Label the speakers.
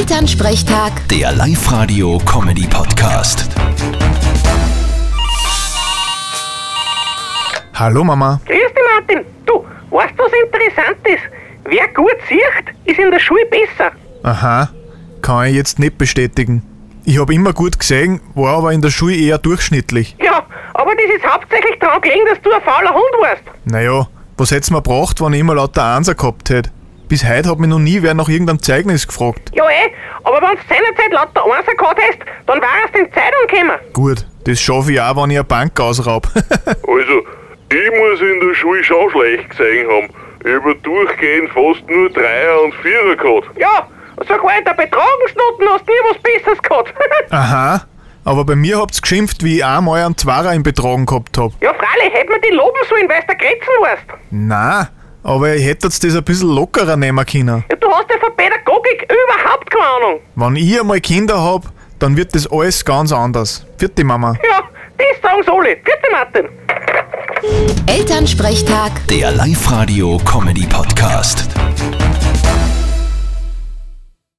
Speaker 1: Elternsprechtag,
Speaker 2: Der Live-Radio-Comedy-Podcast.
Speaker 3: Hallo Mama.
Speaker 4: Grüß dich, Martin. Du, weißt du, was interessant ist? Wer gut sieht, ist in der Schule besser.
Speaker 3: Aha, kann ich jetzt nicht bestätigen. Ich habe immer gut gesehen, war aber in der Schule eher durchschnittlich.
Speaker 4: Ja, aber das ist hauptsächlich daran gelegen, dass du ein fauler Hund warst.
Speaker 3: Naja, was hätt's mir gebracht, wenn ich immer lauter Einser gehabt hätte? Bis heute hat mich noch nie wer nach irgendeinem Zeugnis gefragt.
Speaker 4: Ja, eh, aber wenn du seinerzeit lauter Einser gehabt hast, dann war es in die Zeitung gekommen.
Speaker 3: Gut, das schaffe ich auch, wenn ich eine Bank ausraub.
Speaker 5: Also, ich muss in der Schule schon schlecht gesehen haben. Über durchgehend fast nur Dreier und Vierer gehabt.
Speaker 4: Ja, sogar in der Betragensnoten hast du nie was Besseres gehabt.
Speaker 3: Aha, aber bei mir habt's geschimpft, wie ich einmal einen Zwarer im Betragen gehabt hab.
Speaker 4: ja, freilich, hätte man dich loben sollen, weil du der Grätzen warst.
Speaker 3: Na, aber ihr hättet's das ein bisschen lockerer nehmen können.
Speaker 4: Ja, du hast ja von Pädagogik überhaupt keine Ahnung.
Speaker 3: Wenn ich einmal Kinder hab, dann wird das alles ganz anders. Vierte Mama.
Speaker 4: Ja, das sagen sie alle. Grüß dich, Martin.
Speaker 1: Elternsprechtag.
Speaker 2: Der Live-Radio-Comedy-Podcast.